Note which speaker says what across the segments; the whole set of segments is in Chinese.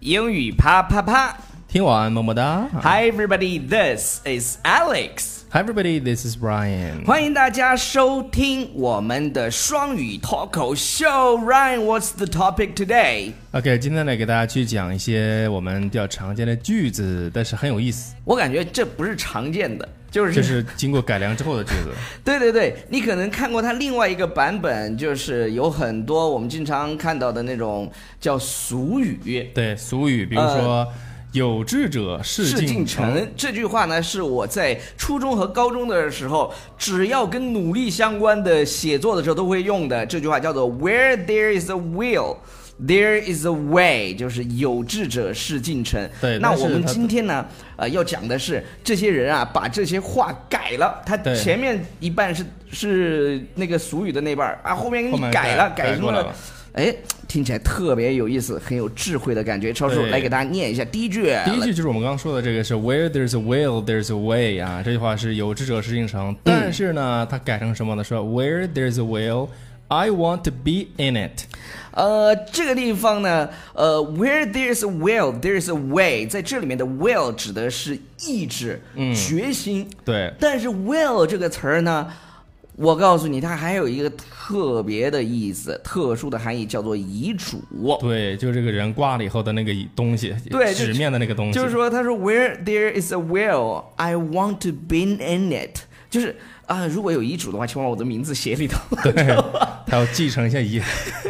Speaker 1: 英语啪啪啪
Speaker 2: 听完么么哒。
Speaker 1: ！Hi everybody, this is Alex。
Speaker 2: Hi everybody, this is Brian。
Speaker 1: 欢迎大家收听我们的双语脱口秀。Ryan, what's the topic today？
Speaker 2: OK，今天呢，给大家去讲一些我们比较常见的句子，但是很有意思，
Speaker 1: 我感觉这不是常见的，就是
Speaker 2: 这是经过改良之后的句 子。
Speaker 1: 对对对，你可能看过它另外一个版本，就是有很多我们经常看到的那种叫俗语。
Speaker 2: 对，俗语，比如说、有志者事
Speaker 1: 呃事
Speaker 2: 竟
Speaker 1: 竟成这句话呢，是我在初中和高中的时候，只要跟努力相关的写作的时候都会用的。这句话叫做 “Where there is a will, there is a way”，就是有志者事竟成。
Speaker 2: 对
Speaker 1: 那
Speaker 2: 但是
Speaker 1: 我们
Speaker 2: 它
Speaker 1: 今天呢，呃，要讲的是这些人啊，把这些话改了。他
Speaker 2: 对
Speaker 1: 前面一半是是那个俗语的那半儿啊，后面给
Speaker 2: 后
Speaker 1: 你
Speaker 2: 面
Speaker 1: 改了，改
Speaker 2: 改
Speaker 1: 成
Speaker 2: 过来
Speaker 1: 了
Speaker 2: 了。
Speaker 1: 哎，听起来特别有意思，很有智慧的感觉。超叔
Speaker 2: 对
Speaker 1: 来给大家念一下第一句。
Speaker 2: 第一句就是我们刚刚说的这个是 “Where there's a will, there's a way” 啊，这句话是有志者事竟
Speaker 1: 嗯
Speaker 2: 成，但是呢，它改成什么呢？说 “Where there's a will, I want to be in it”。
Speaker 1: 呃，这个地方呢，呃，where there's a will, there's a way，在这里面的 will 指的是意志、决心。
Speaker 2: 对
Speaker 1: 但是 will 这个词儿呢，我告诉你，它还有一个特别的意思、特殊的含义，叫做遗嘱。
Speaker 2: 对，就是这个人挂了以后的那个东西，
Speaker 1: 对就
Speaker 2: 纸面的那个东西，
Speaker 1: 就是说，他说 Where there is a will, I want to be in it。就是啊、如果有遗嘱的话，请把我的名字写里头。
Speaker 2: 他要继承一下遗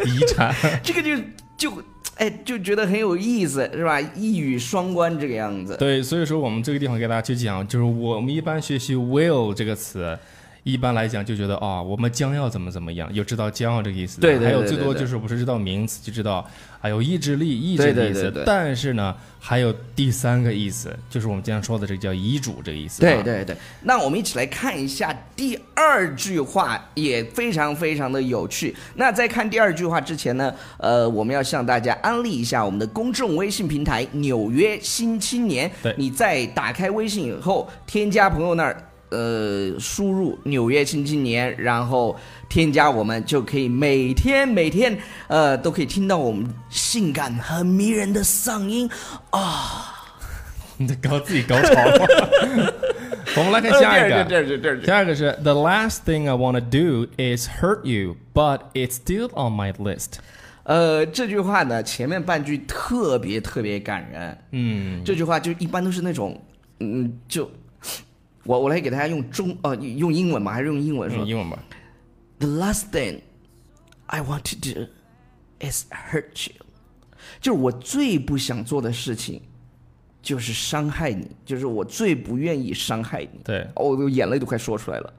Speaker 2: 遗产。
Speaker 1: 这个就就哎就觉得很有意思，是吧？一语双关这个样子。
Speaker 2: 对，所以说我们这个地方给大家去讲，就是我们一般学习 will 这个词，一般来讲就觉得啊、我们将要怎么怎么样，有知道将要这个意思，
Speaker 1: 对对
Speaker 2: 还有
Speaker 1: 对
Speaker 2: 最
Speaker 1: 对
Speaker 2: 多
Speaker 1: 对
Speaker 2: 就是不是知道名词就知道啊有意志力、意志
Speaker 1: 对
Speaker 2: 的
Speaker 1: 对
Speaker 2: 意思，
Speaker 1: 对对
Speaker 2: 但是呢，还有第三个意思，就是我们经常说的这个叫遗嘱这个意思、啊
Speaker 1: 对。对对，那我们一起来看一下第二句话，也非常非常的有趣。那在看第二句话之前呢，呃，我们要向大家安利一下我们的公众微信平台《纽约新青年》
Speaker 2: 对
Speaker 1: 你在打开微信以后，添加朋友那儿。呃，输入“纽约新青年”，然后添加我们，就可以每天每天，呃，都可以听到我们性感很迷人的嗓音
Speaker 2: 你在搞自己高潮吗？ 我们来
Speaker 1: 呃
Speaker 2: 看下一个，
Speaker 1: 第二句第二句第二句
Speaker 2: 第二个是 The last thing I want to do is hurt you, but it's still on my list。
Speaker 1: 呃，这句话呢，前面半句特别特别感人。
Speaker 2: 嗯，
Speaker 1: 这句话就一般都是那种，嗯，就我我来给大家用中呃用英文嘛，还是用英文说、
Speaker 2: 用英文吧。
Speaker 1: t h e last thing I want to do is hurt you，就是我最不想做的事情，就是伤害你，就是我最不愿意伤害你。
Speaker 2: 对，
Speaker 1: 哦，我眼泪都快说出来了。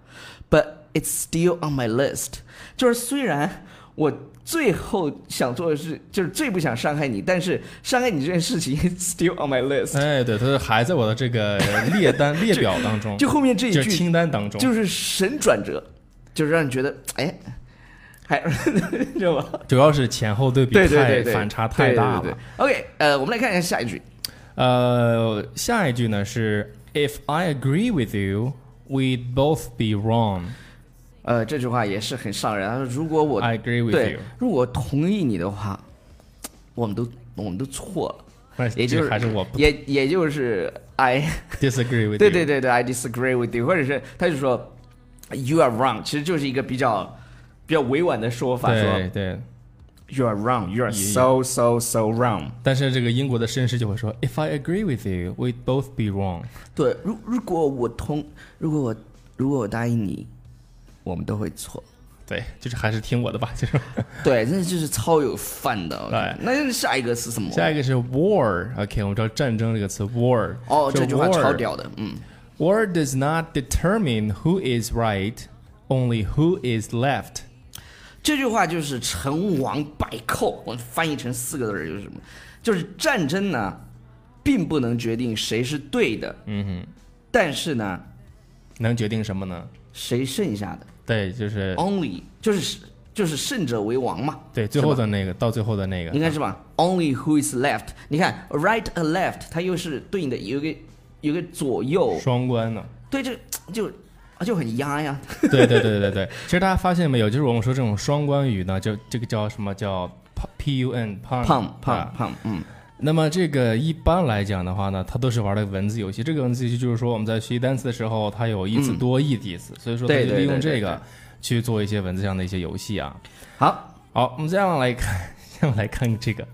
Speaker 1: But it's still on my list，就是虽然我最后想做的是，就是最不想伤害你，但是伤害你这件事情 it's still on my list。
Speaker 2: 哎，对，它还在我的这个 列单列表当中，
Speaker 1: 就后面这一
Speaker 2: 嗯就
Speaker 1: 句
Speaker 2: 清单当中。
Speaker 1: 就是神转折，就是让你觉得哎，还 知道吧？
Speaker 2: 主要是前后对比
Speaker 1: 对对对
Speaker 2: 太
Speaker 1: 对，
Speaker 2: 反差太大
Speaker 1: 对对
Speaker 2: 了。
Speaker 1: 对对 OK，呃，我们来看一下下一句。
Speaker 2: 呃，下一句呢是 If I agree with you, we'd both be wrong。
Speaker 1: 呃，这句话也是很伤人。他说：“啊如果我
Speaker 2: I agree with
Speaker 1: 对
Speaker 2: you
Speaker 1: 如果同意你的话，我们都我们都错了。”
Speaker 2: 那
Speaker 1: 也就是
Speaker 2: 这还是我不
Speaker 1: 也也就是 I，
Speaker 2: disagree with you。
Speaker 1: 对对对对，I disagree with you，或者是他就说 you are wrong，其实就是一个比较比较委婉的说法，说
Speaker 2: 对对。
Speaker 1: you are wrong，you are
Speaker 2: 也
Speaker 1: so so so wrong。
Speaker 2: 但是这个英国的绅士就会说，If I agree with you, we'd both be wrong。
Speaker 1: 对，如如果我同，如果我如果我答应你，我们都会错。
Speaker 2: 对，就是还是听我的吧。 就是
Speaker 1: 对，那就是超有范的。
Speaker 2: 哎
Speaker 1: 那下一个是什么？
Speaker 2: 下一个是 war。OK，我们知道战争这个词 war。
Speaker 1: 哦，
Speaker 2: 就
Speaker 1: 这句话超
Speaker 2: war-
Speaker 1: 屌的，嗯。
Speaker 2: War does not determine who is right, only who is left。
Speaker 1: 这句话就是成王败寇，我翻译成四个字儿就是什么？就是战争呢，并不能决定谁是对的，嗯哼，但是呢，
Speaker 2: 能决定什么呢？
Speaker 1: 谁剩下的
Speaker 2: 对，就是、
Speaker 1: only 就是就是胜者为王嘛，
Speaker 2: 对最后的那个，到最后的那
Speaker 1: 应
Speaker 2: 个。
Speaker 1: 该是吧？Only who is left？你看 right a left，它又是对应的有一个有一个左右，
Speaker 2: 双关呢？
Speaker 1: 对，这就啊就很压呀，
Speaker 2: 对对对对对。 其实大家发现没有，就是我们说这种双关语呢，就这个叫什么叫 pun pun 啊
Speaker 1: pump pump pump，嗯，
Speaker 2: 那么这个一般来讲的话呢，它都是玩的文字游戏。这个文字游戏就是说我们在学习单词的时候，它有一字多义的意思，所以说它
Speaker 1: 对
Speaker 2: 就
Speaker 1: 对
Speaker 2: 利用
Speaker 1: 对对
Speaker 2: 这
Speaker 1: 对
Speaker 2: 个去做一些文字上的一些游戏啊。
Speaker 1: 好，
Speaker 2: 好，我们这样来看， 这样来看这个，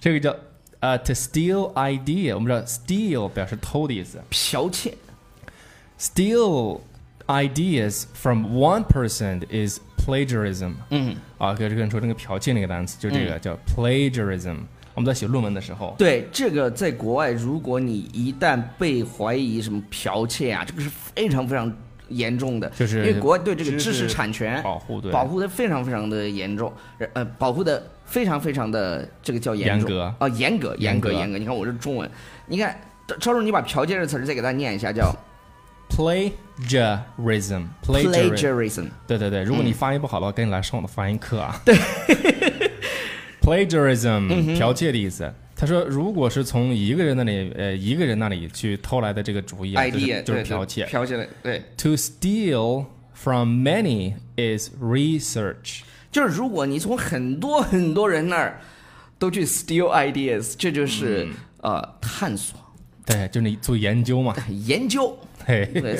Speaker 2: 这个叫呃、t o steal idea。我们知道 steal 表示偷的意思
Speaker 1: 剽窃
Speaker 2: ，steal ideas from one person is plagiarism。
Speaker 1: 嗯，
Speaker 2: 啊，跟这跟你说这个剽窃那个单词，就这个叫 plagiarism。我们在写论文的时候，
Speaker 1: 对这个，在国外，如果你一旦被怀疑什么剽窃啊，这个是非常非常严重的，
Speaker 2: 就是
Speaker 1: 因为国外对这个知
Speaker 2: 知
Speaker 1: 识
Speaker 2: 识
Speaker 1: 产权
Speaker 2: 保护对
Speaker 1: 保护的非常非常的严重，呃，保护的非常非常的这个叫严重
Speaker 2: 严格
Speaker 1: 啊、严格严
Speaker 2: 严
Speaker 1: 格
Speaker 2: 格
Speaker 1: 严格。你看我这中文，你看超叔，你把剽窃这词儿再给大家念一下，叫
Speaker 2: plagiarism plagiarism
Speaker 1: plagiarism。
Speaker 2: 对对对，如
Speaker 1: 嗯
Speaker 2: 果你发音不好的话，赶紧来上我的发音课啊。对 ，plagiarism
Speaker 1: 嗯
Speaker 2: 剽窃的意思。他说，如果是从一个人那里，呃，一个人那里去偷来的这个主意啊，就是
Speaker 1: idea
Speaker 2: 就是
Speaker 1: 对对
Speaker 2: 剽窃。
Speaker 1: 剽窃的对，
Speaker 2: To steal from many is research。
Speaker 1: 就是如果你从很多很多人那儿都去 steal ideas，这就是、
Speaker 2: 嗯
Speaker 1: 呃探索
Speaker 2: 对，就是你做研究嘛。
Speaker 1: 研究。
Speaker 2: 嘿，
Speaker 1: 对，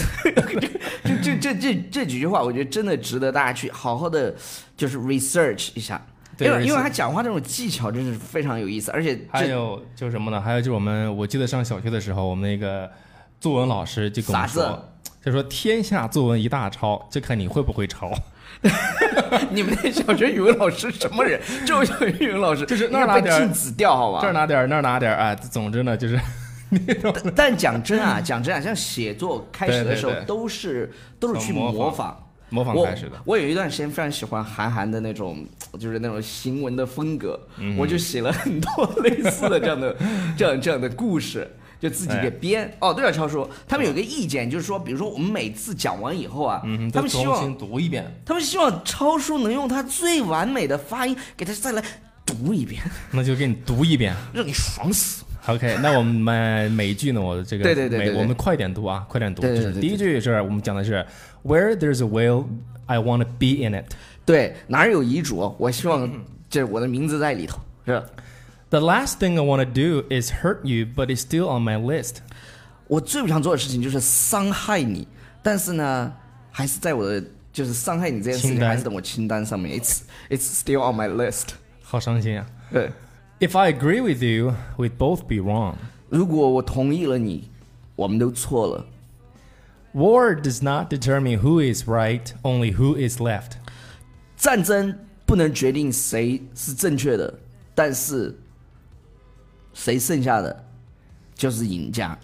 Speaker 1: 这这这这这几句话，我觉得真的值得大家去好好的就是 research 一下，
Speaker 2: 对
Speaker 1: 因为
Speaker 2: research
Speaker 1: 因为他讲话这种技巧真是非常有意思，而且
Speaker 2: 还
Speaker 1: 这
Speaker 2: 有就是什么呢？还有就是我们，我记得上小学的时候，我们那个作文老师就跟我们
Speaker 1: 傻
Speaker 2: 说
Speaker 1: 子，
Speaker 2: 就说天下作文一大抄，就看你会不会抄。
Speaker 1: 啊你们那小学语文老师什么人？ 这种小学语文老师
Speaker 2: 就是
Speaker 1: 应
Speaker 2: 那
Speaker 1: 该
Speaker 2: 儿拿
Speaker 1: 被
Speaker 2: 点儿
Speaker 1: 禁止掉，好吧？
Speaker 2: 这儿拿点儿，那儿拿点儿，哎，总之呢，就是那种
Speaker 1: 但但讲真啊，讲真啊，像写作开始的时候
Speaker 2: 嗯对对对
Speaker 1: 都是都是去
Speaker 2: 从模
Speaker 1: 模
Speaker 2: 仿
Speaker 1: 仿。
Speaker 2: 模仿
Speaker 1: 我
Speaker 2: 开始的。
Speaker 1: 我有一段时间非常喜欢韩寒的那种，就是那种行文的风格，
Speaker 2: 嗯
Speaker 1: 我就写了很多类似的这样 的、这样、这样的故事，就自
Speaker 2: 哎
Speaker 1: 己给编。哦，对了，超叔，他们有一个意见，就是说，比如说我们每次讲完以后啊，
Speaker 2: 嗯，
Speaker 1: 他们希望
Speaker 2: 读一遍，
Speaker 1: 他们希望超叔能用他最完美的发音给他再来读一遍，
Speaker 2: 那就给你读一遍。
Speaker 1: 让你爽死。
Speaker 2: OK，那我们美剧呢？我这个
Speaker 1: 对对对对
Speaker 2: 美
Speaker 1: 对
Speaker 2: 我们快点读啊，快点读。
Speaker 1: 对对
Speaker 2: 就
Speaker 1: 对对
Speaker 2: 是第一句是我们讲的是 Where there's a will, I want to be in it.
Speaker 1: 对，哪儿有遗嘱，我希望
Speaker 2: 嗯
Speaker 1: 这我的名字在里头，是吧
Speaker 2: The last thing I want to do is hurt you, but it's still on my list.
Speaker 1: 我最不想做的事情就是伤害你，但是呢，还是在我的就是伤害你这件事
Speaker 2: 清
Speaker 1: 情，
Speaker 2: 单
Speaker 1: 还是在我清单上面。It's it's still on my list。
Speaker 2: 好伤心啊
Speaker 1: 对，
Speaker 2: ！If I agree with you, we'd both be wrong.
Speaker 1: 如果我同意了你，我们都错了。
Speaker 2: War does not determine who is right, only who is left.
Speaker 1: 战争不能决定谁是正确的，但是谁剩下的就是赢家，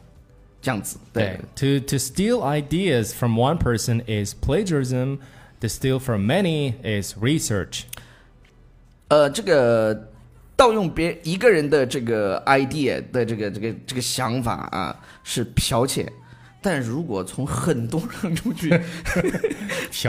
Speaker 1: 这样子。对
Speaker 2: To to steal ideas from one person is plagiarism. To steal from many is research.
Speaker 1: 呃，这个盗用别一个人的这个 idea 的这个这个这个想法啊，是剽窃。但如果从很多人中 去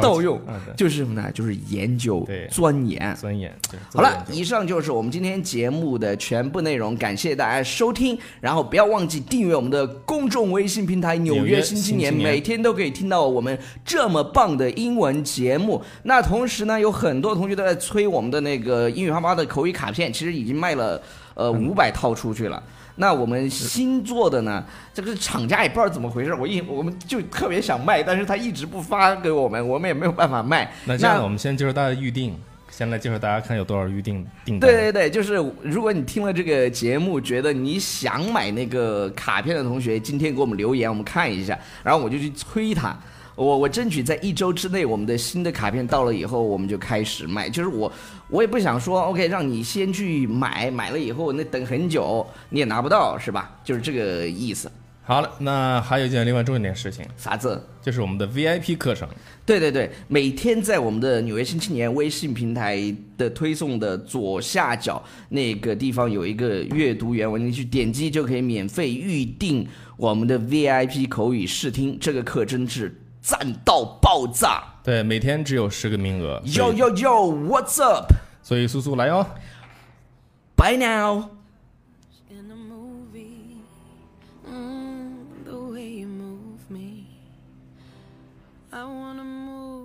Speaker 1: 盗用
Speaker 2: 啊，对
Speaker 1: 就是什么呢？就是研究
Speaker 2: 对、
Speaker 1: 钻研。
Speaker 2: 钻研。对
Speaker 1: 好了，
Speaker 2: 钻研
Speaker 1: 以上就是我们今天节目的全部内容，感谢大家收听，然后不要忘记订阅我们的公众微信平台《纽
Speaker 2: 纽
Speaker 1: 约
Speaker 2: 约
Speaker 1: 新
Speaker 2: 新
Speaker 1: 青
Speaker 2: 青
Speaker 1: 年》，
Speaker 2: 年
Speaker 1: 每天都可以听到我们这么棒的英文节目。那同时呢，有很多同学都在催我们的那个英语哈巴的口语卡片，其实已经卖了呃
Speaker 2: 嗯
Speaker 1: 五百套出去了。那我们新做的呢，这个厂家也不知道怎么回事，我一我们就特别想卖，但是他一直不发给我们，我们也没有办法卖。
Speaker 2: 那这样，我们先介绍大家预定，先来介绍大家看有多少预定订单。
Speaker 1: 对对对，就是如果你听了这个节目，觉得你想买那个卡片的同学，今天给我们留言，我们看一下，然后我就去催他。我我争取在一周之内，我们的新的卡片到了以后，我们就开始卖。就是我我也不想说 OK，让你先去买，买了以后那等很久你也拿不到，是吧？就是这个意思。
Speaker 2: 好了，那还有一件另外重要点事情，
Speaker 1: 啥子？
Speaker 2: 就是我们的 VIP 课程。
Speaker 1: 对对对，每天在我们的《纽约新青年》微信平台的推送的左下角那个地方有一个阅读原文，你去点击就可以免费预定我们的 VIP 口语试听。这个课真是赞到爆炸！
Speaker 2: 对，每天只有十个名额。
Speaker 1: Yo
Speaker 2: 所以
Speaker 1: yo yo，What's up？By
Speaker 2: 所以苏苏来哦。
Speaker 1: now。
Speaker 3: in a movie. Mm, the way you move me, I wanna move.